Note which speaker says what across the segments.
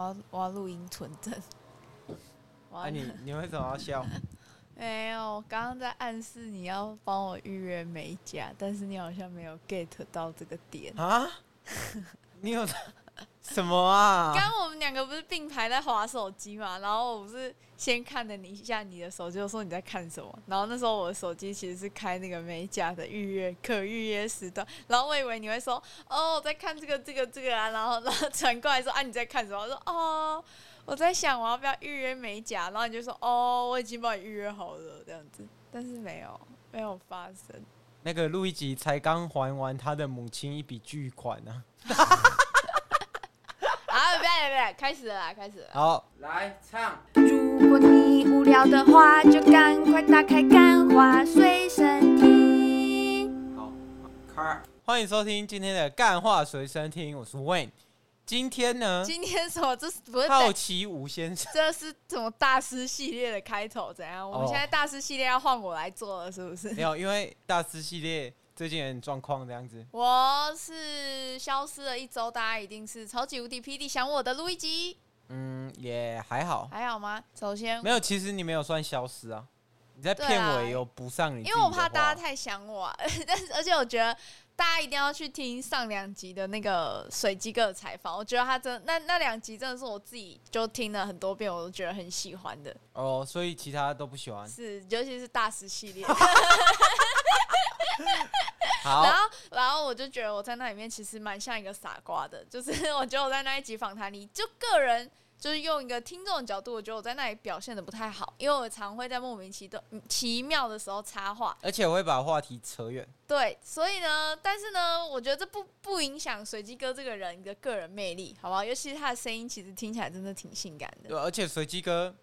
Speaker 1: 我要我要录音存证。我要
Speaker 2: 哎、你你为什么要 笑？
Speaker 1: 啊没有，我刚刚在暗示你要帮我预约美甲，但是你好像没有 get 到这个点。
Speaker 2: 啊？ 你有什么啊？
Speaker 1: 刚刚我们两个不是并排在划手机嘛，然后我不是先看了你一下你的手机，我说你在看什么，然后那时候我的手机其实是开那个美甲的预约可预约时段，然后我以为你会说哦我在看这个这个这个啊，然后然后传过来说啊你在看什么，我说哦我在想我要不要预约美甲，然后你就说哦我已经帮你预约好了这样子，但是没有没有发生，
Speaker 2: 那个路易吉才刚还完他的母亲一笔巨款呢、
Speaker 1: 啊不要不要不要，开始了啦开始了
Speaker 2: 啊。。好，
Speaker 3: 来唱。
Speaker 4: 如果你无聊的话，就赶快打开《干花随身听》。
Speaker 3: 好，开。
Speaker 2: 欢迎收听今天的干话随身听，我是 Wayne。今天呢，
Speaker 1: 今天什么？这是不是
Speaker 2: 啊好奇吴先生，
Speaker 1: 这是什么大师系列的开头？怎样？我们
Speaker 2: 哦
Speaker 1: 现在大师系列要换我来做了，是不 是？
Speaker 2: 没有，因为大师系列最近有点状况这样子。
Speaker 1: 我是消失了一周，大家一定是超级无敌 PD 想我的路易吉，
Speaker 2: 嗯，也还好，
Speaker 1: 还好吗？首先
Speaker 2: 没，有。其实你没有算消失啊，你在
Speaker 1: 对
Speaker 2: 片
Speaker 1: 啊
Speaker 2: 尾有补上你自己
Speaker 1: 因为
Speaker 2: 的话，
Speaker 1: 我怕大家太想我、啊，但是而且我觉得大家一定要去听上两集的那个水鸡哥的采访，我觉得他真那那两集真的是我自己就听了很多遍，我都觉得很喜欢的，
Speaker 2: 哦，所以其他都不喜欢。
Speaker 1: 是尤其是大师系列。
Speaker 2: 好
Speaker 1: 然，后，然后我就觉得我在那里面其实蛮像一个傻瓜的，就是我觉得我在那一集访谈里，就个人就是用一个听众的角度，我觉得我在那里表现的不太好，因为我常会在莫名其的嗯奇妙的时候插话，
Speaker 2: 而且我会把话题扯远。
Speaker 1: 对，所以呢，但是呢，我觉得这不 不影响随机哥这个人的个人魅力，好不好？尤其是他的声音，其实听起来真的挺性感的。
Speaker 2: 对，啊而且随机哥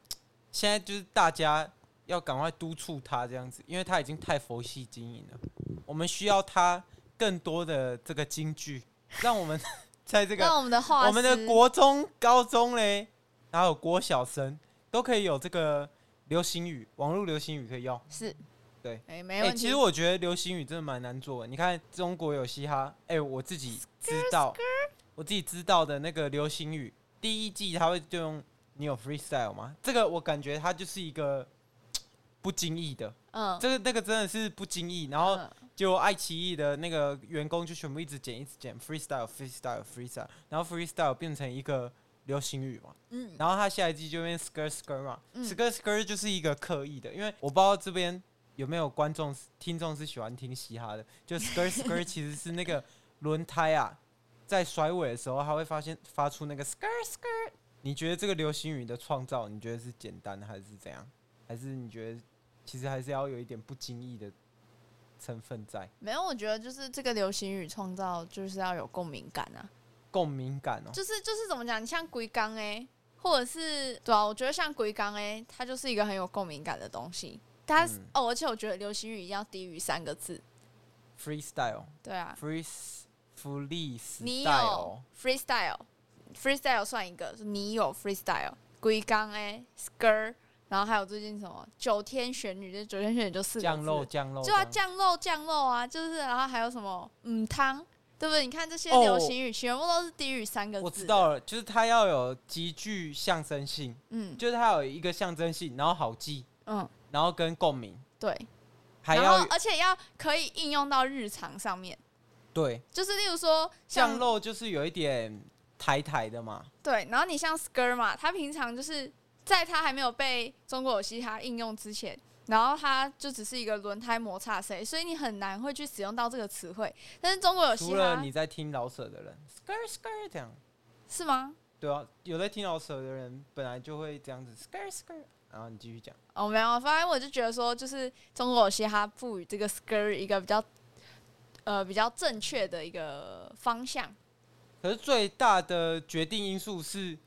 Speaker 2: 现在就是大家要赶快督促他这样子，因为他已经太佛系经营了。我们需要他更多的这个金句，让我们 在这
Speaker 1: 那
Speaker 2: 个
Speaker 1: 我们的话，
Speaker 2: 我们的国中、高中嘞，还有国小生都可以有这个流行语，网络流行语可以用。
Speaker 1: 是，
Speaker 2: 对，
Speaker 1: 哎、没
Speaker 2: 哎、
Speaker 1: 问题。
Speaker 2: 其实我觉得流行语真的蛮难做的。你看中国有嘻哈，哎、我自己知道，我自己知道的那个流行语，第一季他会就用你有 freestyle 吗？这个我感觉它就是一个不经意的，
Speaker 1: 嗯，
Speaker 2: 这个那个真的是不经意，然后
Speaker 1: 嗯
Speaker 2: 就爱奇艺的那个员工就全部一直剪一直剪 freestyle freestyle freestyle，然后 freestyle 变成一个流行语嘛。
Speaker 1: 嗯，
Speaker 2: 然后他下一季就变 skr skr 嘛、
Speaker 1: 嗯
Speaker 2: s k r skr 就是一个刻意的，因为我不知道这边有没有观众是听众是喜欢听嘻哈的，就 skr skr 其实是那个轮胎啊，在甩尾的时候，他会发现发出那个 skr skr。你觉得这个流行语的创造，你觉得是简单还是怎样？还是你觉得其实还是要有一点不经意的成分在，
Speaker 1: 没有，我觉得就是这个流行语创造就是要有共鸣感啊。
Speaker 2: 共鸣感哦。
Speaker 1: 就是就是怎么讲，你像龟缸哎，或者是对啊，我觉得像龟缸哎，它就是一个很有共鸣感的东西。它、
Speaker 2: 嗯
Speaker 1: 哦，而且我觉得流行语一定要低于三个字，
Speaker 2: freestyle
Speaker 1: 对啊，
Speaker 2: free free
Speaker 1: 你
Speaker 2: style
Speaker 1: 有 freestyle，freestyle 算一个，你有 freestyle，龟缸哎，skr，然后还有最近什么九天玄女，就九天玄女就四个字
Speaker 2: 降肉降肉
Speaker 1: 就要
Speaker 2: 这样
Speaker 1: 酱肉酱肉啊，就是然后还有什么嗯汤，对不对？你看这些
Speaker 2: 哦
Speaker 1: 流行语、全部都是低于三个字，
Speaker 2: 我知，道了，就是它要有极具象征性，
Speaker 1: 嗯
Speaker 2: 就是它有一个象征性，然后好记，
Speaker 1: 嗯，
Speaker 2: 然后跟共鸣，
Speaker 1: 对。
Speaker 2: 还
Speaker 1: 然后
Speaker 2: 要
Speaker 1: 而且要可以应用到日常上面，
Speaker 2: 对
Speaker 1: 就是例如说
Speaker 2: 酱
Speaker 1: 像
Speaker 2: 肉就是有一点台台的嘛，
Speaker 1: 对，然后你像 Skr 嘛，他平常就是在他还没有被中国有嘻哈应用之前。然后它就只是一个轮胎摩擦声，所以你很难会去使用到这个词汇。但是中国有嘻
Speaker 2: 除了
Speaker 1: 哈
Speaker 2: 你在听老舍的人，skr skr 这样，
Speaker 1: 是吗？
Speaker 2: 对啊，有在听老舍的人本来就会这样子 skr skr，然后你继续讲，
Speaker 1: 哦，没有，反正我就觉得说，就是中国有嘻哈赋予这个 Skr 一个比较呃比较正确的一个方向。
Speaker 2: 可是最大的决定因素是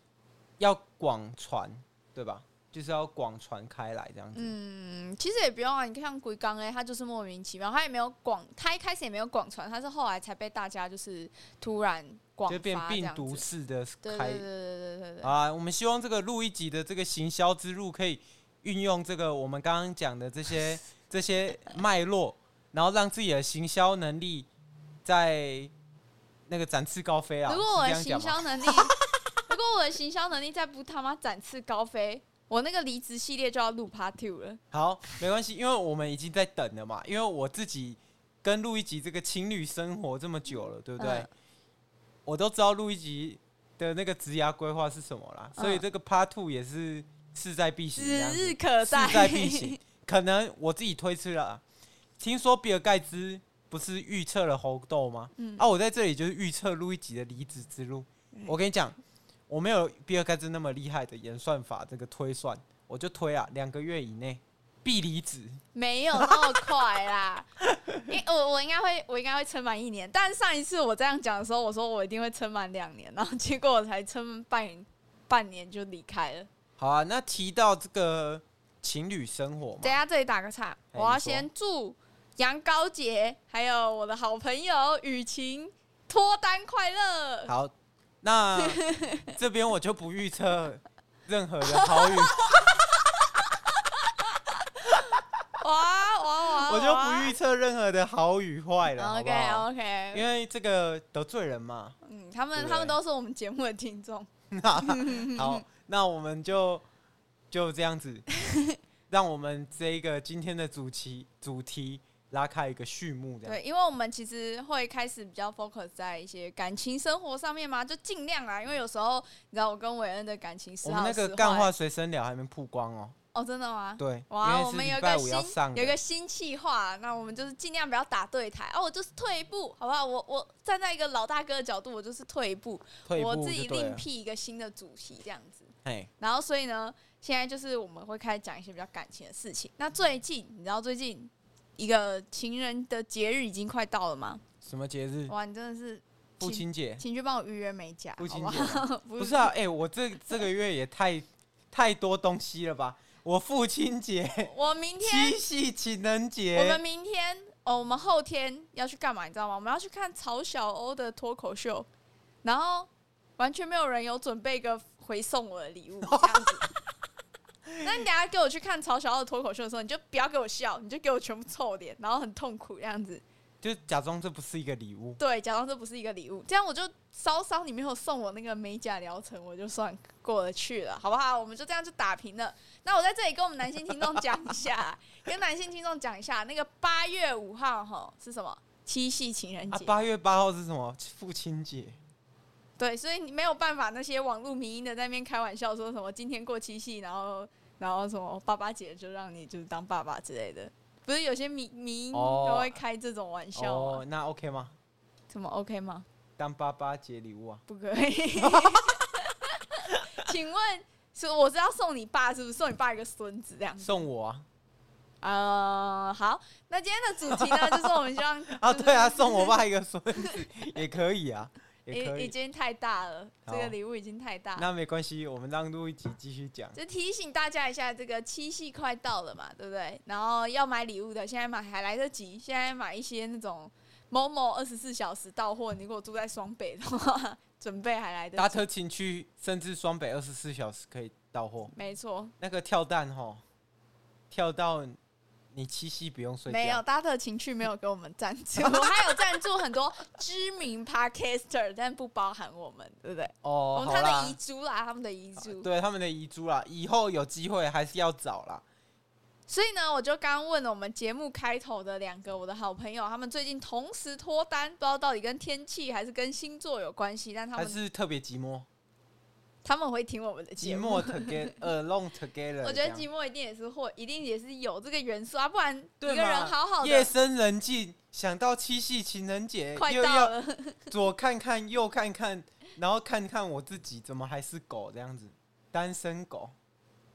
Speaker 2: 要广传，对吧？就是要广传开来这样子，
Speaker 1: 嗯，其实也不用啊，你看像鬼刚哎，他就是莫名其妙，他也没有广，他一开始也没有广传，他是后来才被大家就是突然广
Speaker 2: 就
Speaker 1: 发这
Speaker 2: 变
Speaker 1: 样
Speaker 2: 病
Speaker 1: 子
Speaker 2: 毒式的
Speaker 1: 对
Speaker 2: 开
Speaker 1: 对对对对对对对，
Speaker 2: 啊，我们希望这个录一集的这个行销之路，可以运用这个我们刚刚讲的这 些这些脉络，然后让自己的行销能力在那个展翅高飞啊。
Speaker 1: 如果我
Speaker 2: 啊是
Speaker 1: 的
Speaker 2: 这样
Speaker 1: 行
Speaker 2: 讲吗
Speaker 1: 销能力 如果我的行销能力再不他妈展翅高飞，我那个离职系列就要录 Part Two 了。
Speaker 2: 好，没关系，因为我们已经在等了嘛。因为我自己跟陆一吉这个情侣生活这么久了，对不对？
Speaker 1: 嗯
Speaker 2: 我都知道陆一吉的那个职涯规划是什么啦，所以
Speaker 1: 嗯
Speaker 2: 这个 Part Two 也是势在必行这
Speaker 1: 指
Speaker 2: 样子，
Speaker 1: 日可待，
Speaker 2: 势在必行。可能我自己推测了，听说比尔盖茨不是预测了红豆吗？
Speaker 1: 嗯
Speaker 2: 啊，我在这里就是预测陆一吉的离职之路。我跟你讲，我没有比尔盖茨那么厉害的演算法这个推算，我就推啊，两个月以内必离职。
Speaker 1: 没有那么快 啦。因我我应该会我应该会撑满一年，但上一次我这样讲的时候，我说我一定会撑满两年，然后结果我才撑半半年就离开了。
Speaker 2: 好啊，那提到这个情侣生活
Speaker 1: 等一
Speaker 2: 嘛，
Speaker 1: 下这里打个岔，我
Speaker 2: 哎
Speaker 1: 要
Speaker 2: 你说
Speaker 1: 先祝杨高杰还有我的好朋友雨晴脱单快 乐。
Speaker 2: 好， 那这边我就不预测任何的 好与，
Speaker 1: 哇哇哇！
Speaker 2: 我就不预测任何的好与坏了，好不
Speaker 1: 啊 OK
Speaker 2: 好？
Speaker 1: OK，
Speaker 2: 因为这个得罪人嘛。
Speaker 1: 嗯，他们
Speaker 2: 对不对
Speaker 1: 他们都是我们节目的听众。嗯
Speaker 2: 好，那我们就就这 样子，让我们这一个今天的主题主题拉开一个序幕，这样。
Speaker 1: 对，因为我们其实会开始比较 focus 在一些感情生活上面嘛，就尽量啦。因为有时候你知道我跟韦恩的感情是
Speaker 2: 我们那个干话随身聊还没曝光哦，
Speaker 1: 哦，真的吗？
Speaker 2: 对，因
Speaker 1: 哇，
Speaker 2: 为
Speaker 1: 我
Speaker 2: 是
Speaker 1: 们有
Speaker 2: 礼
Speaker 1: 一
Speaker 2: 拜
Speaker 1: 个
Speaker 2: 五要上
Speaker 1: 新
Speaker 2: 的
Speaker 1: 有一个新计划，那我们就是尽量不要打对台哦，我就是退一步，好不好？我我站在一个老大哥的角度，我就是退一步，
Speaker 2: 退一
Speaker 1: 我
Speaker 2: 步
Speaker 1: 自己
Speaker 2: 就对
Speaker 1: 另
Speaker 2: 了。
Speaker 1: 辟一个新的主题这样子。
Speaker 2: 哎，
Speaker 1: 然后所以呢，现在就是我们会开始讲一些比较感情的事情。那最近你知道最近一个情人的节日已经快到了吗？
Speaker 2: 什么节日？
Speaker 1: 哇，你真的是
Speaker 2: 父亲节？
Speaker 1: 请去帮我预约美甲，
Speaker 2: 父亲
Speaker 1: 好
Speaker 2: 节
Speaker 1: 不好？
Speaker 2: 嗯不是啊，哎，我这这个月也太太多东西了吧？我父亲节、
Speaker 1: 我明 天，
Speaker 2: 七夕情人
Speaker 1: 我们
Speaker 2: 节，
Speaker 1: 明天，哦，我们后天要去干嘛？你知道吗？我们要去看曹小欧的脱口秀，然后完全没有人有准备一个回送我的礼物，这样子。那你等一下给我去看曹小欧的脱口秀的时候，你就不要给我笑，你就给我全部臭脸，然后很痛苦这样子。
Speaker 2: 就假装这不是一个礼物。
Speaker 1: 对，假装这不是一个礼物，这样我就稍稍你没有送我那个美甲疗程，我就算过得去了，好不好？我们就这样就打平了。那我在这里跟我们男性听众讲一下，跟男性听众讲一下，那个八月五号哈是什么？七夕情人
Speaker 2: 啊，
Speaker 1: 节。
Speaker 2: 八月八号是什么？父亲节。
Speaker 1: 对，所以你没有办法那些网络迷因的在那边开玩笑说什么今天过七夕，然后然后什么爸爸节就让你就是当爸爸之类的，不是有些迷迷因
Speaker 2: 哦
Speaker 1: 都会开这种玩笑啊吗？
Speaker 2: 哦，那 OK 吗？
Speaker 1: 什么 OK 吗？
Speaker 2: 当八八节礼物啊？
Speaker 1: 不可以。 请问，是我是要送你爸，是不是送你爸一个孙子这样子？
Speaker 2: 送我啊？
Speaker 1: 呃，好，那今天的主题呢，就是我们希望
Speaker 2: 啊，
Speaker 1: 就是
Speaker 2: 对啊，送我爸一个孙子也可以啊，也可
Speaker 1: 已已
Speaker 2: 以。
Speaker 1: 经太大了，这
Speaker 2: 好
Speaker 1: 个礼物已经太大了。
Speaker 2: 那没关系，我们让录一集继续讲。
Speaker 1: 就提醒大家一下，这个七夕快到了嘛，对不对？然后要买礼物的，现在买还来得及。现在买一些那种某某二十四小时到货，你如果住在双北的话， 准备还来得
Speaker 2: 搭
Speaker 1: 及。
Speaker 2: 车情区甚至双北二十四小时可以到货。
Speaker 1: 没错，
Speaker 2: 那个跳蛋吼，跳到你七夕不用睡觉。
Speaker 1: 没有，大特情趣没有给我们赞助， 我还有赞助很多知名 podcaster，但不包含我们，对不对？我
Speaker 2: 哦，
Speaker 1: 们
Speaker 2: 好
Speaker 1: 他
Speaker 2: 啦
Speaker 1: 的遗，珠啦，他们的遗
Speaker 2: 啊
Speaker 1: 珠。
Speaker 2: 对他们的遗珠啦，以后有机会还是要找啦。
Speaker 1: 所以呢，我就刚问了我们节目开头的两个我的好朋友，他们最近同时脱单，不知道到底跟天气还是跟星座有关系，但他
Speaker 2: 还
Speaker 1: 们
Speaker 2: 是特别寂寞，
Speaker 1: 他们会听我们的节
Speaker 2: 寂
Speaker 1: 目。
Speaker 2: 寞 together alone together。
Speaker 1: 我觉得寂寞一定也是会，一定也是有这个元素啊，不然一
Speaker 2: 对
Speaker 1: 个
Speaker 2: 嘛
Speaker 1: 人好好
Speaker 2: 夜
Speaker 1: 的
Speaker 2: 深人静，想到七夕情人节，
Speaker 1: 快
Speaker 2: 又
Speaker 1: 到
Speaker 2: 要
Speaker 1: 了，
Speaker 2: 左看看，右看看，然后看看我自己怎么还是狗这样子，单身狗。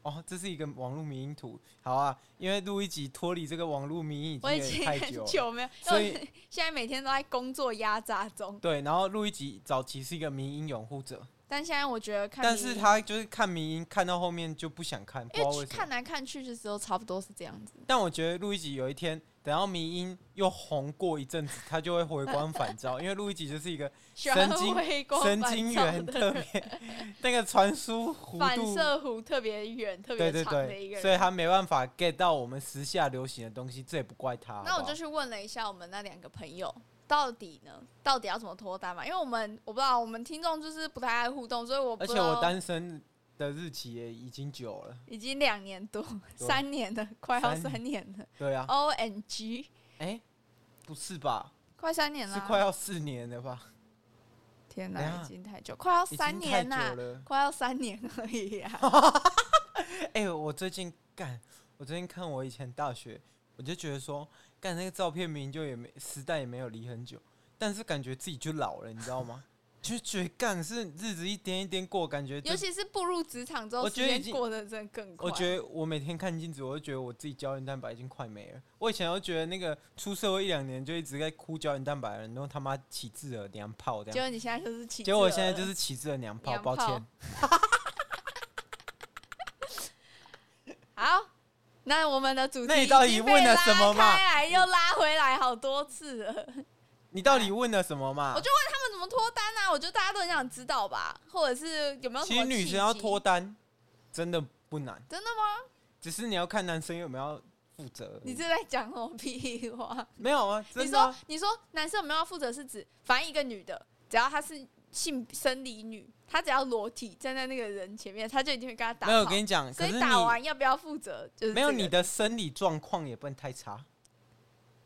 Speaker 2: 哦，这是一个网络迷因图，好啊，因为录一集脱离这个网络迷因
Speaker 1: 我
Speaker 2: 已
Speaker 1: 已
Speaker 2: 经
Speaker 1: 经
Speaker 2: 有点太
Speaker 1: 很
Speaker 2: 久了，
Speaker 1: 久没有，
Speaker 2: 所以
Speaker 1: 现在每天都在工作压榨中。
Speaker 2: 对，然后录一集早期是一个迷因拥护者，
Speaker 1: 但现在我觉得看迷
Speaker 2: 但
Speaker 1: 因，
Speaker 2: 是他就是看迷因看到后面就不想看，不知
Speaker 1: 因
Speaker 2: 道
Speaker 1: 为
Speaker 2: 为什
Speaker 1: 看
Speaker 2: 么。
Speaker 1: 来看去就只有差不多是这样子。
Speaker 2: 但我觉得录一集有一天，等到迷因又红过一阵子，他就会回光返照，因为录一集就是一个
Speaker 1: 喜欢
Speaker 2: 神经
Speaker 1: 微光
Speaker 2: 神
Speaker 1: 反
Speaker 2: 经
Speaker 1: 照
Speaker 2: 元
Speaker 1: 的
Speaker 2: 特别 那个传输弧
Speaker 1: 反
Speaker 2: 度
Speaker 1: 射弧特别远、特别
Speaker 2: 对对
Speaker 1: 长的一个
Speaker 2: 对，
Speaker 1: 人。
Speaker 2: 所以他没办法 get 到我们时下流行的东西，这也不怪他。
Speaker 1: 那
Speaker 2: 好
Speaker 1: 我
Speaker 2: 不好
Speaker 1: 就去问了一下我们那两个朋友，到底呢？到底要怎么脱单嘛？因为我们我不知道，我们听众就是不太爱互动，所以我不
Speaker 2: 而
Speaker 1: 知
Speaker 2: 且我
Speaker 1: 道
Speaker 2: 单身的日期也已经久了，
Speaker 1: 已经两年多，
Speaker 2: 对
Speaker 1: 三年了，快要
Speaker 2: 三
Speaker 1: 三年了。
Speaker 2: 对啊，
Speaker 1: O N G，
Speaker 2: 哎、不是吧？
Speaker 1: 快三年了
Speaker 2: 是
Speaker 1: 啊，
Speaker 2: 快要四年了吧？
Speaker 1: 天
Speaker 2: 等
Speaker 1: 哪，
Speaker 2: 一
Speaker 1: 已
Speaker 2: 下
Speaker 1: 经太久，快要
Speaker 2: 已经
Speaker 1: 三年啊
Speaker 2: 太
Speaker 1: 啦
Speaker 2: 久，了。
Speaker 1: 快要三年而已 啊。
Speaker 2: 哎、我最近干，我最近看我以前大学，我就觉得说，干那个照片明明就也没时代也没有离很久，但是感觉自己就老了，你知道吗？ 就觉得干是日子一天一天过，感觉
Speaker 1: 尤
Speaker 2: 这
Speaker 1: 其是步入职场之后，
Speaker 2: 我
Speaker 1: 时
Speaker 2: 觉得已
Speaker 1: 间
Speaker 2: 经
Speaker 1: 过得真的更快。
Speaker 2: 我觉得我每天看镜子，我就觉得我自己胶原蛋白已经快没了。我以前都觉得那个出社会一两年就一直在哭胶原蛋白的人，都他妈起自了娘炮这
Speaker 1: 结
Speaker 2: 样。
Speaker 1: 果你现在就是起，
Speaker 2: 结果我现在就。是起自了娘炮，
Speaker 1: 娘
Speaker 2: 抱
Speaker 1: 炮
Speaker 2: 歉。
Speaker 1: 好，那我们的主题
Speaker 2: 那你到底
Speaker 1: 已经被
Speaker 2: 问了什么嘛嗯
Speaker 1: 拉开来又拉回来好多次了。他
Speaker 2: 你到
Speaker 1: 哎
Speaker 2: 底问了什么嘛
Speaker 1: 我？就们怎么脱单啊？我觉得大家都很想知道吧，或者是有没有什
Speaker 2: 其
Speaker 1: 么
Speaker 2: 实女
Speaker 1: 契
Speaker 2: 生要
Speaker 1: 机
Speaker 2: 脱单真的不难，
Speaker 1: 真的吗？
Speaker 2: 只是你要看男生有没有要负责而已。
Speaker 1: 你这在讲什么屁话？
Speaker 2: 没有啊？
Speaker 1: 你
Speaker 2: 真的
Speaker 1: 说
Speaker 2: 啊？
Speaker 1: 你说男生有没有要负责是指，反正一个女的，只要她是性生理女，她只要裸体站在那个人前面，她就一定会跟他打
Speaker 2: 没
Speaker 1: 炮。
Speaker 2: 有，我跟你讲，
Speaker 1: 所
Speaker 2: 可
Speaker 1: 以
Speaker 2: 是
Speaker 1: 打
Speaker 2: 你
Speaker 1: 完要不要负责，就是、
Speaker 2: 没有你。的生理状况也不能太差，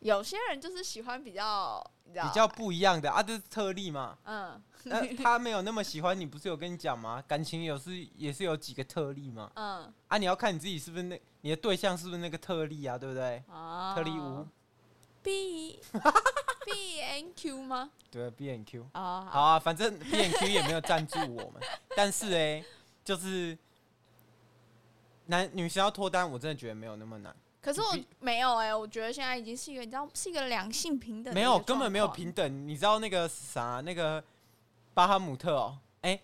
Speaker 1: 有些人就是喜欢比较你知道
Speaker 2: 比较不一样的啊，这是特例嘛。
Speaker 1: 嗯
Speaker 2: 那他没有那么喜欢你，不是有跟你讲吗？感情有是也是有几个特例嘛？
Speaker 1: 嗯
Speaker 2: 啊，你要看你自己是不是那你的对象是不是那个特例啊，对不对？
Speaker 1: 啊
Speaker 2: 特例五，
Speaker 1: B B N Q 吗？
Speaker 2: 对 B N Q，
Speaker 1: 啊
Speaker 2: 好啊，反正 B N Q 也没有赞助我们，但是哎，就是男女生要脱单，我真的觉得没有那么难，
Speaker 1: 可是我
Speaker 2: 你
Speaker 1: 没有哎、我觉得现在已经是一个，你知道，是一个两性平等的
Speaker 2: 没
Speaker 1: 一个
Speaker 2: 有
Speaker 1: 状况，
Speaker 2: 根本没有平等。你知道那个啥那个巴哈姆特哦，哎、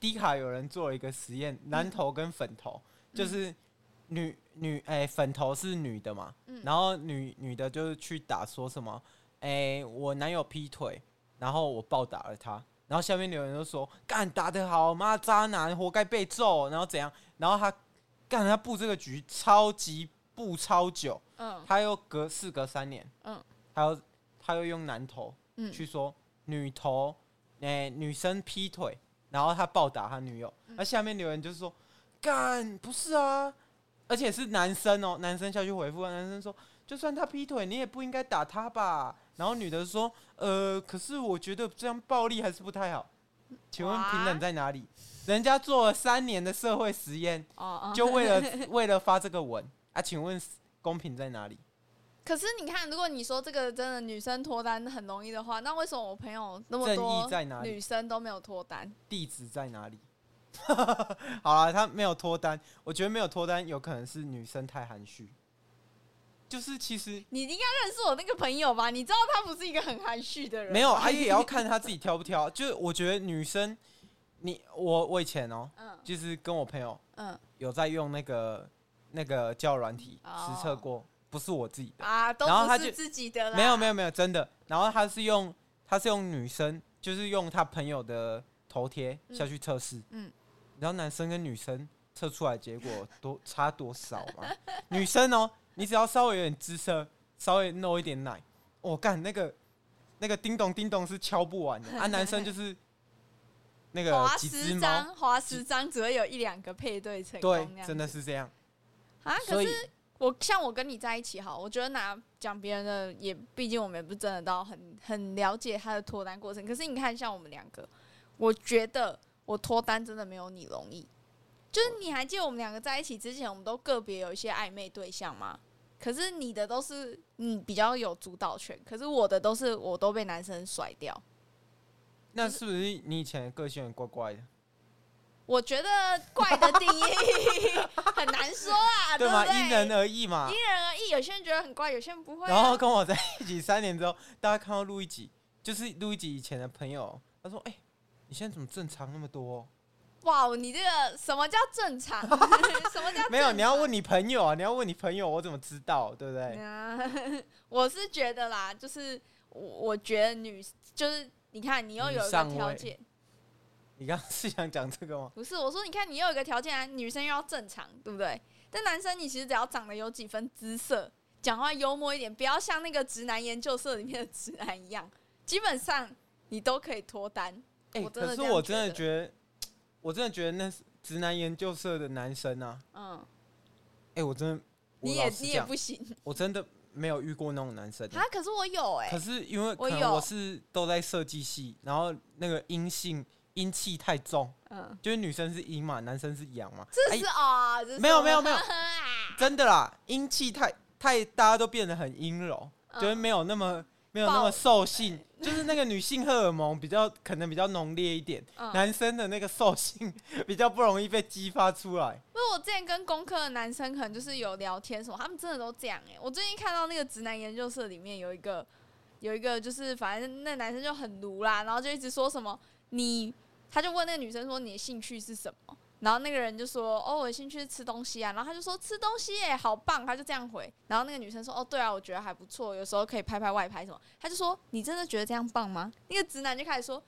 Speaker 2: 迪卡有人做了一个实验，
Speaker 1: 嗯
Speaker 2: 男头跟粉头，就是女女哎、粉头是女的嘛，
Speaker 1: 嗯
Speaker 2: 然后女女的就是去打说什么，哎、我男友劈腿，然后我暴打了他，然后下面有人就说干打得好，妈渣男活该被揍，然后怎样，然后他干他布这个局超级布超久，
Speaker 1: 嗯
Speaker 2: 他又隔事隔三年，
Speaker 1: 嗯
Speaker 2: 嗯，他又他又用男头
Speaker 1: 嗯
Speaker 2: 去说女头，哎、女生劈腿，然后他暴打他女友，
Speaker 1: 嗯
Speaker 2: 那、下面留言就是说，干不是啊，而且是男生哦，男生下去回复，男生说，就算他劈腿，你也不应该打他吧，然后女的说，呃，可是我觉得这样暴力还是不太好，请问
Speaker 1: 哇
Speaker 2: 平等在哪里？人家做了三年的社会实验，
Speaker 1: 哦哦。
Speaker 2: 就为了 为了发这个文啊，请问公平在哪里？
Speaker 1: 可是你看，如果你说这个真的女生脱单很容易的话，那为什么我朋友那么
Speaker 2: 正
Speaker 1: 多
Speaker 2: 义在哪里
Speaker 1: 女生都没有脱单？
Speaker 2: 地址在哪里？ 好啦，他没有脱单，我觉得没有脱单有可能是女生太含蓄。就是其实
Speaker 1: 你应该认识我那个朋友吧？你知道他不是一个很含蓄的人，
Speaker 2: 没有，啊，也要看她自己挑不挑。就是我觉得女生，你我我以前哦、
Speaker 1: 嗯
Speaker 2: 就是跟我朋友
Speaker 1: 嗯
Speaker 2: 有在用那个那个叫软体
Speaker 1: 哦
Speaker 2: 实测过，不是我自己的，
Speaker 1: 啊，都
Speaker 2: 然后
Speaker 1: 不
Speaker 2: 他
Speaker 1: 是
Speaker 2: 就
Speaker 1: 自己的啦，
Speaker 2: 没有没有没有真的。然后他是用他是用女生，就是用他朋友的头贴
Speaker 1: 嗯
Speaker 2: 下去测试，
Speaker 1: 嗯
Speaker 2: 嗯，然后男生跟女生测出来结果多差多少嘛？ 女生哦，你只要稍微有点姿色，稍微露一点奶，我、干那个那个叮咚叮咚是敲不完的啊！ 男生就是那个
Speaker 1: 划
Speaker 2: 几只
Speaker 1: 十
Speaker 2: 猫，
Speaker 1: 张，划十张只会有一两个配对成功，
Speaker 2: 对
Speaker 1: 那，样
Speaker 2: 真的
Speaker 1: 子
Speaker 2: 是这样。
Speaker 1: 啊。可
Speaker 2: 所以
Speaker 1: 是我像我跟你在一起好，我觉得拿讲别人的也，毕竟我们也不是真的到很很了解他的脱单过程。可是你看，像我们两个，我觉得我脱单真的没有你容易。就是你还记得我们两个在一起之前，我们都个别有一些暧昧对象吗？可是你的都是你比较有主导权，可是我的都是我都被男生甩掉。
Speaker 2: 那是不是你以前的个性很怪怪的？
Speaker 1: 我觉得怪的定义很难说啊， 对
Speaker 2: 吗？
Speaker 1: 不对？
Speaker 2: 因人而异嘛。
Speaker 1: 因人而异，有些人觉得很怪，有些人不会、啊。
Speaker 2: 然后跟我在一起三年之后，大家看到录一集，就是录一集以前的朋友，他说：“哎、你现在怎么正常那么多、
Speaker 1: 哇，你这个什么叫正 常？什么 叫正常
Speaker 2: 没有，你要问你朋友啊，你要问你朋友，我怎么知道？对不对？
Speaker 1: 啊我是觉得啦，就是我我觉得女就是你看，你又有一
Speaker 2: 女
Speaker 1: 个
Speaker 2: 上位
Speaker 1: 条件，
Speaker 2: 你刚刚是想讲这个吗？
Speaker 1: 不是我说你看你又有一个条件啊，女生又要正常，对不对？但男生你其实只要长得有几分姿色，讲话幽默一点，不要像那个直男研究社里面的直男一样，基本上你都可以脱单。
Speaker 2: 哎、
Speaker 1: 我真
Speaker 2: 可
Speaker 1: 的
Speaker 2: 是
Speaker 1: 这样
Speaker 2: 我真的
Speaker 1: 觉
Speaker 2: 觉得，我真的觉得那是直男研究社的男生啊，
Speaker 1: 嗯，
Speaker 2: 哎、我真的，我
Speaker 1: 你也
Speaker 2: 老实
Speaker 1: 你也
Speaker 2: 讲
Speaker 1: 不行
Speaker 2: 我真的没有遇过那种男生。
Speaker 1: 啊！可是我有哎、
Speaker 2: 可是因为
Speaker 1: 我
Speaker 2: 可能
Speaker 1: 有
Speaker 2: 我是都在设计系，然后那个阴性阴气太重，
Speaker 1: 嗯，
Speaker 2: 就是女生是阴嘛，男生是阳嘛。
Speaker 1: 这
Speaker 2: 哎
Speaker 1: 是啊，这是
Speaker 2: 没有
Speaker 1: 我
Speaker 2: 没有
Speaker 1: 们
Speaker 2: 没有真的啦，阴气太太，大家都变得很阴柔，
Speaker 1: 嗯
Speaker 2: 就是没有那么没有那
Speaker 1: 暴
Speaker 2: 么兽性，就是那个女性荷尔蒙比较可能比较浓烈一点，
Speaker 1: 嗯
Speaker 2: 男生的那个兽性 比较不容易被激发出来。
Speaker 1: 因为我之前跟工科的男生可能就是有聊天什么，他们真的都这样哎、我最近看到那个直男研究社里面有一个有一个就是反正那男生就很奴啦，然后就一直说什么你，他就问那个女生说你的兴趣是什么，然后那个人就说哦我的兴趣是吃东西啊，然后他就说吃东西耶、好棒，他就这样回，然后那个女生说哦对啊我觉得还不错，有时候可以拍拍外拍什么，他就说你真的觉得这样棒吗？那个直男就开始说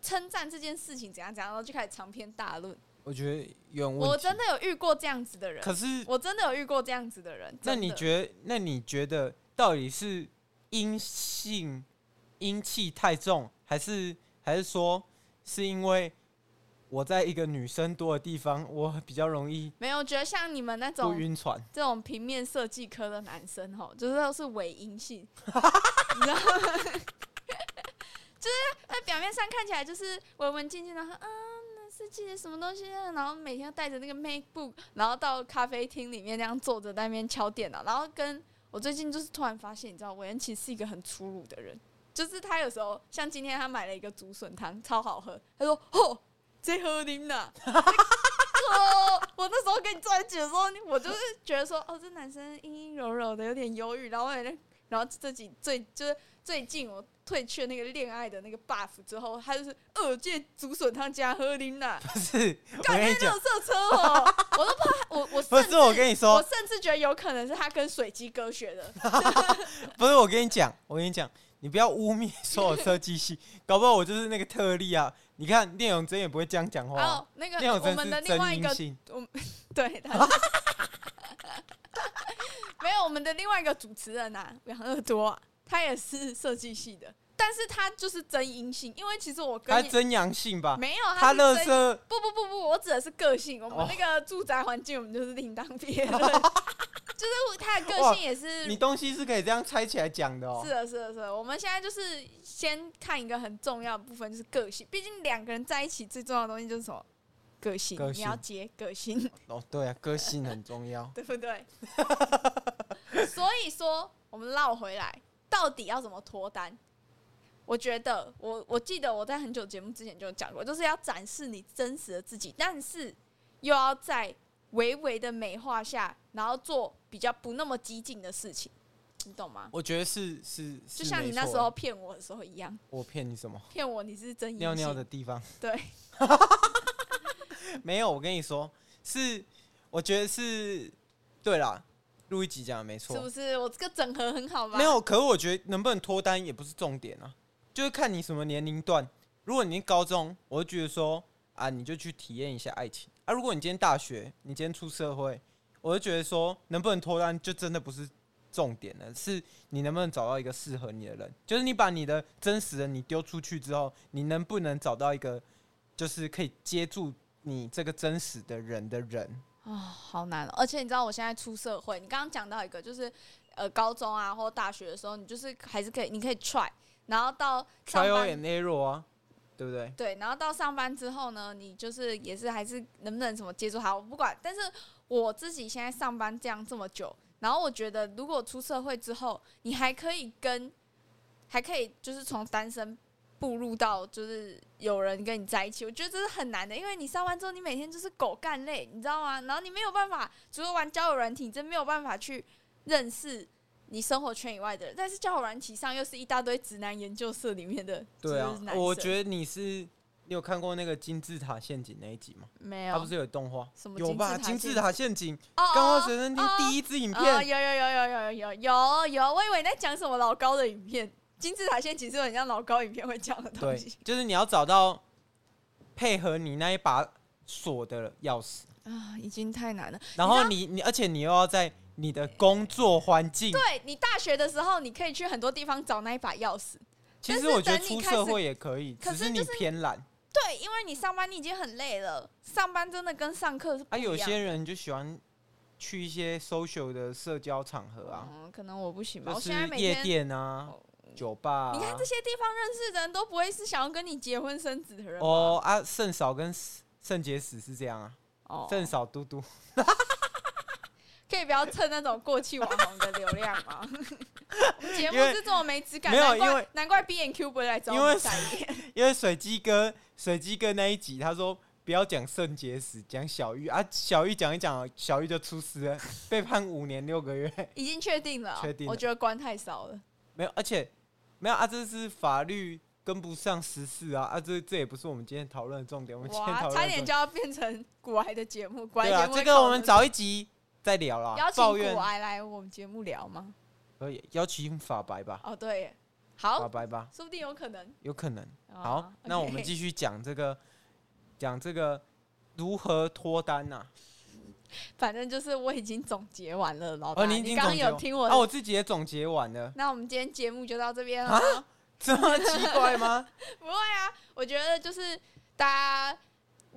Speaker 1: 称赞这件事情怎样怎样，然后就开始长篇大论。
Speaker 2: 我觉得有点问
Speaker 1: 我
Speaker 2: 题
Speaker 1: 真的有遇过这样子的人，
Speaker 2: 可是
Speaker 1: 我真的有遇过这样子的人。
Speaker 2: 那
Speaker 1: 真的
Speaker 2: 你觉得，那你觉得到底是阴性阴气太重，还是还是说是因为我在一个女生多的地方，我比较容易
Speaker 1: 没有？我觉得像你们那
Speaker 2: 不
Speaker 1: 种
Speaker 2: 晕船？
Speaker 1: 这种平面设计科的男生吼，就是都是伪阴性，你知道吗？就是他表面上看起来就是文文静静的，嗯，设计的什么东西啊，然后每天带着那个 MacBook，然后到咖啡厅里面那样坐着在那边敲电脑，然后跟我最近就是突然发现，你知道，韦恩琪是一个很粗鲁的人， 就是他有时候像今天他买了一个竹笋汤，超好喝，他说：“哦吼、这喝你呐。”哦，我那时候跟你在一起的时候，我就是觉得说，哦，这男生阴阴柔柔的，有点忧郁，然后我有点，然后这几最就是最近我退却那个恋爱的那个 buff 之后，他就是二借竹笋汤加喝琳娜， 哎
Speaker 2: 不是，我
Speaker 1: 干那
Speaker 2: 跟你
Speaker 1: 热
Speaker 2: 讲，
Speaker 1: 色车哦， 我都怕我我
Speaker 2: 不
Speaker 1: 甚至
Speaker 2: 是我跟你
Speaker 1: 我
Speaker 2: 说，
Speaker 1: 甚至觉得有可能是他跟水基哥学 的，
Speaker 2: 不是我跟你讲，我跟你讲，你不要污蔑所有设计系， 搞不好我就是那个特例啊！你看聂永真也不会这样讲话
Speaker 1: 还
Speaker 2: 啊，
Speaker 1: 有那
Speaker 2: 聂
Speaker 1: 个
Speaker 2: 永
Speaker 1: 哦我
Speaker 2: 真
Speaker 1: 们的
Speaker 2: 是
Speaker 1: 另外
Speaker 2: 真
Speaker 1: 一
Speaker 2: 阴
Speaker 1: 个
Speaker 2: 性，
Speaker 1: 对，他是 没有我们的另外一个主持人啊，杨乐多啊、他也是设计系的，但是他就是真阴性，因为其实我
Speaker 2: 他
Speaker 1: 跟你
Speaker 2: 真阳性吧？
Speaker 1: 没有
Speaker 2: 啊他
Speaker 1: 是
Speaker 2: 乐
Speaker 1: 真
Speaker 2: 色。
Speaker 1: 不不不不，我指的是个性，我们
Speaker 2: 哦
Speaker 1: 那个住宅环境我们就是另当别 论，就是他的个性也是
Speaker 2: 你东西是可以这样拆起来讲的哦。
Speaker 1: 是的，是的，是的。我们现在就是先看一个很重要的部分，就是个性。毕竟两个人在一起最重要的东西就是什么？个性，
Speaker 2: 个
Speaker 1: 你要
Speaker 2: 性
Speaker 1: 接个性，。
Speaker 2: 哦，对啊，个性很重要
Speaker 1: 对不对？所以说，我们绕回来，到底要怎么脱单？我觉得，我我记得我在很久节目之前就有讲过，就是要展示你真实的自己，但是又要在微微的美化下，然后做比较不那么激进的事情，你懂吗？
Speaker 2: 我觉得是是，
Speaker 1: 就是像你
Speaker 2: 没
Speaker 1: 那
Speaker 2: 错
Speaker 1: 时候骗我的时候一样。
Speaker 2: 我骗你什么？
Speaker 1: 骗我你是真阴
Speaker 2: 尿尿
Speaker 1: 性
Speaker 2: 的地方
Speaker 1: 对，
Speaker 2: 没有，我跟你说，是我觉得是对啦，录一集讲的没
Speaker 1: 是不
Speaker 2: 错。
Speaker 1: 是？我这个整合很好吧？
Speaker 2: 没，有，可是我觉得能不能脱单也不是重点啊，就是看你什么年龄段。如果你是高中，我就觉得说啊，你就去体验一下爱情啊。如果你今天大学，你今天出社会，我就觉得说能不能脱单就真的不是重点了，是你能不能找到一个适合你的人。就是你把你的真实的你丢出去之后，你能不能找到一个就是可以接住你这个真实的人的人？
Speaker 1: 啊、好难、哦。而且你知道我现在出社会，你刚刚讲到一个就是呃高中啊或大学的时候，你就是还是可以，你可以 try，然后到上
Speaker 2: trial
Speaker 1: 班
Speaker 2: and error 啊，对不对？
Speaker 1: 对，然后到上班之后呢，你就是也是还是能不能什么接触好，我不管。但是我自己现在上班这样这么久，然后我觉得如果出社会之后，你还可以跟，还可以就是从单身步入到就是有人跟你在一起，我觉得这是很难的，因为你上班之后你每天就是狗干累，你知道吗？然后你没有办法，除了玩交友软体，你真没有办法去认识。你生活圈以外的人，但是交友软体上又是一大堆直男研究社里面的，
Speaker 2: 对啊
Speaker 1: 就是男，
Speaker 2: 我
Speaker 1: 生
Speaker 2: 觉得你是你有看过那个金字塔陷阱那一集吗？
Speaker 1: 没有，
Speaker 2: 它不是有动画？
Speaker 1: 什么
Speaker 2: 有吧？
Speaker 1: 金
Speaker 2: 金
Speaker 1: 字
Speaker 2: 字
Speaker 1: 塔
Speaker 2: 塔陷阱，
Speaker 1: 哦
Speaker 2: 《钢化随身听
Speaker 1: 哦》
Speaker 2: 第一支影
Speaker 1: 哦，
Speaker 2: 片，
Speaker 1: 有有有有有有有有，我以为你在讲什么老高的影片，《金字塔陷阱》是很像老高影片会讲的东
Speaker 2: 对
Speaker 1: 西，
Speaker 2: 就是你要找到配合你那一把锁的钥匙，
Speaker 1: 啊，已经太难了。
Speaker 2: 然后你你，而且你又要在你的工作环境。
Speaker 1: 对你大学的时候，你可以去很多地方找那一把钥匙。
Speaker 2: 其
Speaker 1: 但
Speaker 2: 实
Speaker 1: 是
Speaker 2: 我觉得
Speaker 1: 等你
Speaker 2: 出
Speaker 1: 开
Speaker 2: 社
Speaker 1: 始
Speaker 2: 会也可以，
Speaker 1: 可
Speaker 2: 只
Speaker 1: 是
Speaker 2: 是你
Speaker 1: 就是
Speaker 2: 偏懒。
Speaker 1: 对，因为你上班你已经很累了，上班真的跟上课是不
Speaker 2: 啊，
Speaker 1: 一
Speaker 2: 有
Speaker 1: 样
Speaker 2: 些人就喜欢去一些 social 的社交场合啊，
Speaker 1: 嗯，可能我不行吧。
Speaker 2: 就
Speaker 1: 我
Speaker 2: 是
Speaker 1: 现在每
Speaker 2: 夜
Speaker 1: 天，
Speaker 2: 店啊、
Speaker 1: 哦
Speaker 2: 酒吧、啊。
Speaker 1: 你看这些地方认识的人都不会是想要跟你结婚生子的人吧
Speaker 2: 哦啊，圣嫂跟圣洁史是这样啊，
Speaker 1: 哦
Speaker 2: 圣嫂嘟嘟。
Speaker 1: 可以不要蹭那种过气网红的流量 吗？我们节目
Speaker 2: 因为
Speaker 1: 是这么没质感，
Speaker 2: 没有
Speaker 1: 难
Speaker 2: 因
Speaker 1: 怪
Speaker 2: 为
Speaker 1: 难怪 B N Q 不会来找
Speaker 2: 因
Speaker 1: 我们
Speaker 2: 为
Speaker 1: 代 言。
Speaker 2: 因为水鸡哥，水鸡哥那一集他说不要讲肾结石，讲小玉啊，小玉讲一讲，小玉就出师了， 被判五年六个月，
Speaker 1: 已经确定了哦，
Speaker 2: 确定
Speaker 1: 我
Speaker 2: 了
Speaker 1: 觉得关太少了。
Speaker 2: 没有，而且没有啊，这是法律跟不上时事啊，啊，这这也不是我们今天讨论的重点，我们今天讨
Speaker 1: 哇，
Speaker 2: 论
Speaker 1: 差
Speaker 2: 的
Speaker 1: 点就
Speaker 2: 重点
Speaker 1: 要变成古癌的节目，古癌
Speaker 2: 对
Speaker 1: 节
Speaker 2: 啊，
Speaker 1: 目
Speaker 2: 这
Speaker 1: 会
Speaker 2: 个
Speaker 1: 靠
Speaker 2: 我们
Speaker 1: 们
Speaker 2: 早一集再聊啦
Speaker 1: 邀，请
Speaker 2: 抱怨
Speaker 1: 古癌来我啊们节目聊吗？
Speaker 2: 可以邀请法白吧，
Speaker 1: 哦，对耶，
Speaker 2: 法
Speaker 1: 好，
Speaker 2: 白吧，
Speaker 1: 说不定有可能。
Speaker 2: 有可能。
Speaker 1: 哦
Speaker 2: 好，那我们
Speaker 1: OK
Speaker 2: 继续讲这个，讲这个如何脱单呐、
Speaker 1: 反正就是我已经总结完了，老大，
Speaker 2: 哦，你已经
Speaker 1: 刚刚
Speaker 2: 总结完
Speaker 1: 有听我
Speaker 2: 啊，
Speaker 1: 的
Speaker 2: 我自己也总结完了，
Speaker 1: 那我们今天节目就到这边了。
Speaker 2: 啊这么奇 怪吗？
Speaker 1: 不会啊，我觉得就是大家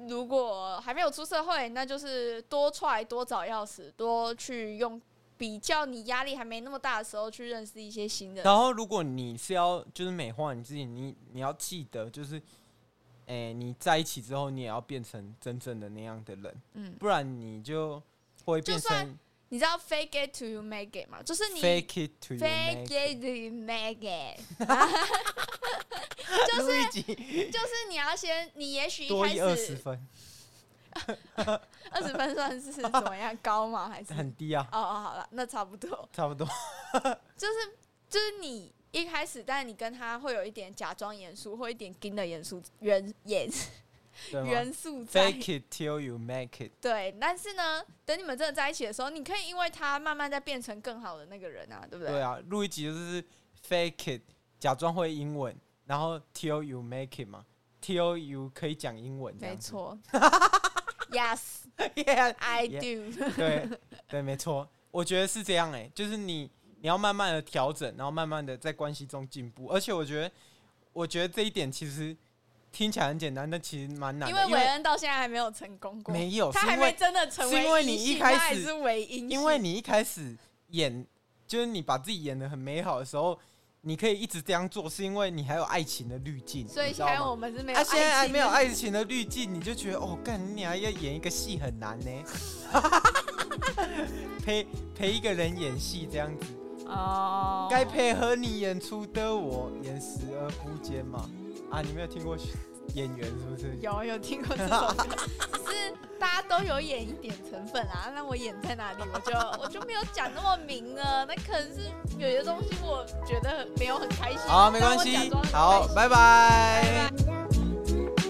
Speaker 1: 如果还没有出社会，那就是多 try 多找钥匙，多去用比较你压力还没那么大的时候去认识一些新的人。
Speaker 2: 然后，如果你是要就是美化你自己，你你要记得就是，哎、你在一起之后，你也要变成真正的那样的人，
Speaker 1: 嗯，
Speaker 2: 不然你就会
Speaker 1: 就
Speaker 2: 变
Speaker 1: 算
Speaker 2: 成
Speaker 1: 你知道 fake it to you make it 吗？就是你
Speaker 2: fake it to you
Speaker 1: fake
Speaker 2: make it。
Speaker 1: it to you make it，
Speaker 2: 录一集
Speaker 1: 就是你要先，你也许一
Speaker 2: 多一
Speaker 1: 开
Speaker 2: 二十
Speaker 1: 始
Speaker 2: 分，
Speaker 1: 二十分算是怎么 样高吗？还是？
Speaker 2: 很低啊，
Speaker 1: 哦哦，好了，那差不多。
Speaker 2: 差不多。
Speaker 1: 就是就是你一开始，但你跟他会有一点假装严肃，或一点盯的严肃元严
Speaker 2: 对吗
Speaker 1: 元素在。
Speaker 2: ？Fake it till you make it。
Speaker 1: 对，但是呢，等你们真的在一起的时候，你可以因为他慢慢再变成更好的那个人啊，对不对？
Speaker 2: 对啊，录一集就是 fake it，假装会英文，然后 till you make it 嘛，till you 可以讲英啊文，这
Speaker 1: 没
Speaker 2: 样子。
Speaker 1: 错。yes,
Speaker 2: Yeah
Speaker 1: I
Speaker 2: Yeah
Speaker 1: do
Speaker 2: 对对，没错，我觉得是这样哎、就是你你要慢慢的调整，然后慢慢的在关系中进步。而且我觉得，我觉得这一点其实听起来很简单，但其实蛮难
Speaker 1: 因
Speaker 2: 的，
Speaker 1: 为
Speaker 2: 因
Speaker 1: 韦
Speaker 2: 为
Speaker 1: 恩到现在还没有成功过，
Speaker 2: 没有，
Speaker 1: 他
Speaker 2: 是
Speaker 1: 还
Speaker 2: 因
Speaker 1: 没
Speaker 2: 为
Speaker 1: 真的成为
Speaker 2: 是因为你
Speaker 1: 阴性
Speaker 2: 一开
Speaker 1: 他
Speaker 2: 始
Speaker 1: 还是唯音，
Speaker 2: 因为你一开始演，就是你把自己演的很美好的时候，你可以一直这样做，是因为你还有爱情的滤镜，
Speaker 1: 所以
Speaker 2: 你知
Speaker 1: 现
Speaker 2: 道
Speaker 1: 在
Speaker 2: 吗
Speaker 1: 我们是没有
Speaker 2: 他、
Speaker 1: 爱情
Speaker 2: 啊现
Speaker 1: 的，
Speaker 2: 在还没有爱情的滤镜，你就觉得哦，干你还要演一个戏很难呢、 陪陪一个人演戏这样子，
Speaker 1: 哦，
Speaker 2: 该配合你演出的我，演时而不见嘛。啊，你没有听过演员是不是？
Speaker 1: 有有听过这首 歌，只是大家都有演一点成分啊。那我演在哪里，我就 我就没有讲那么明了。那可能是有些东西我觉得没有很开心，
Speaker 2: 好，没
Speaker 1: 但
Speaker 2: 关
Speaker 1: 我
Speaker 2: 系
Speaker 1: 假装很，开
Speaker 2: 好，
Speaker 1: 心
Speaker 2: 拜
Speaker 1: 拜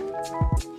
Speaker 1: 拜
Speaker 2: 拜。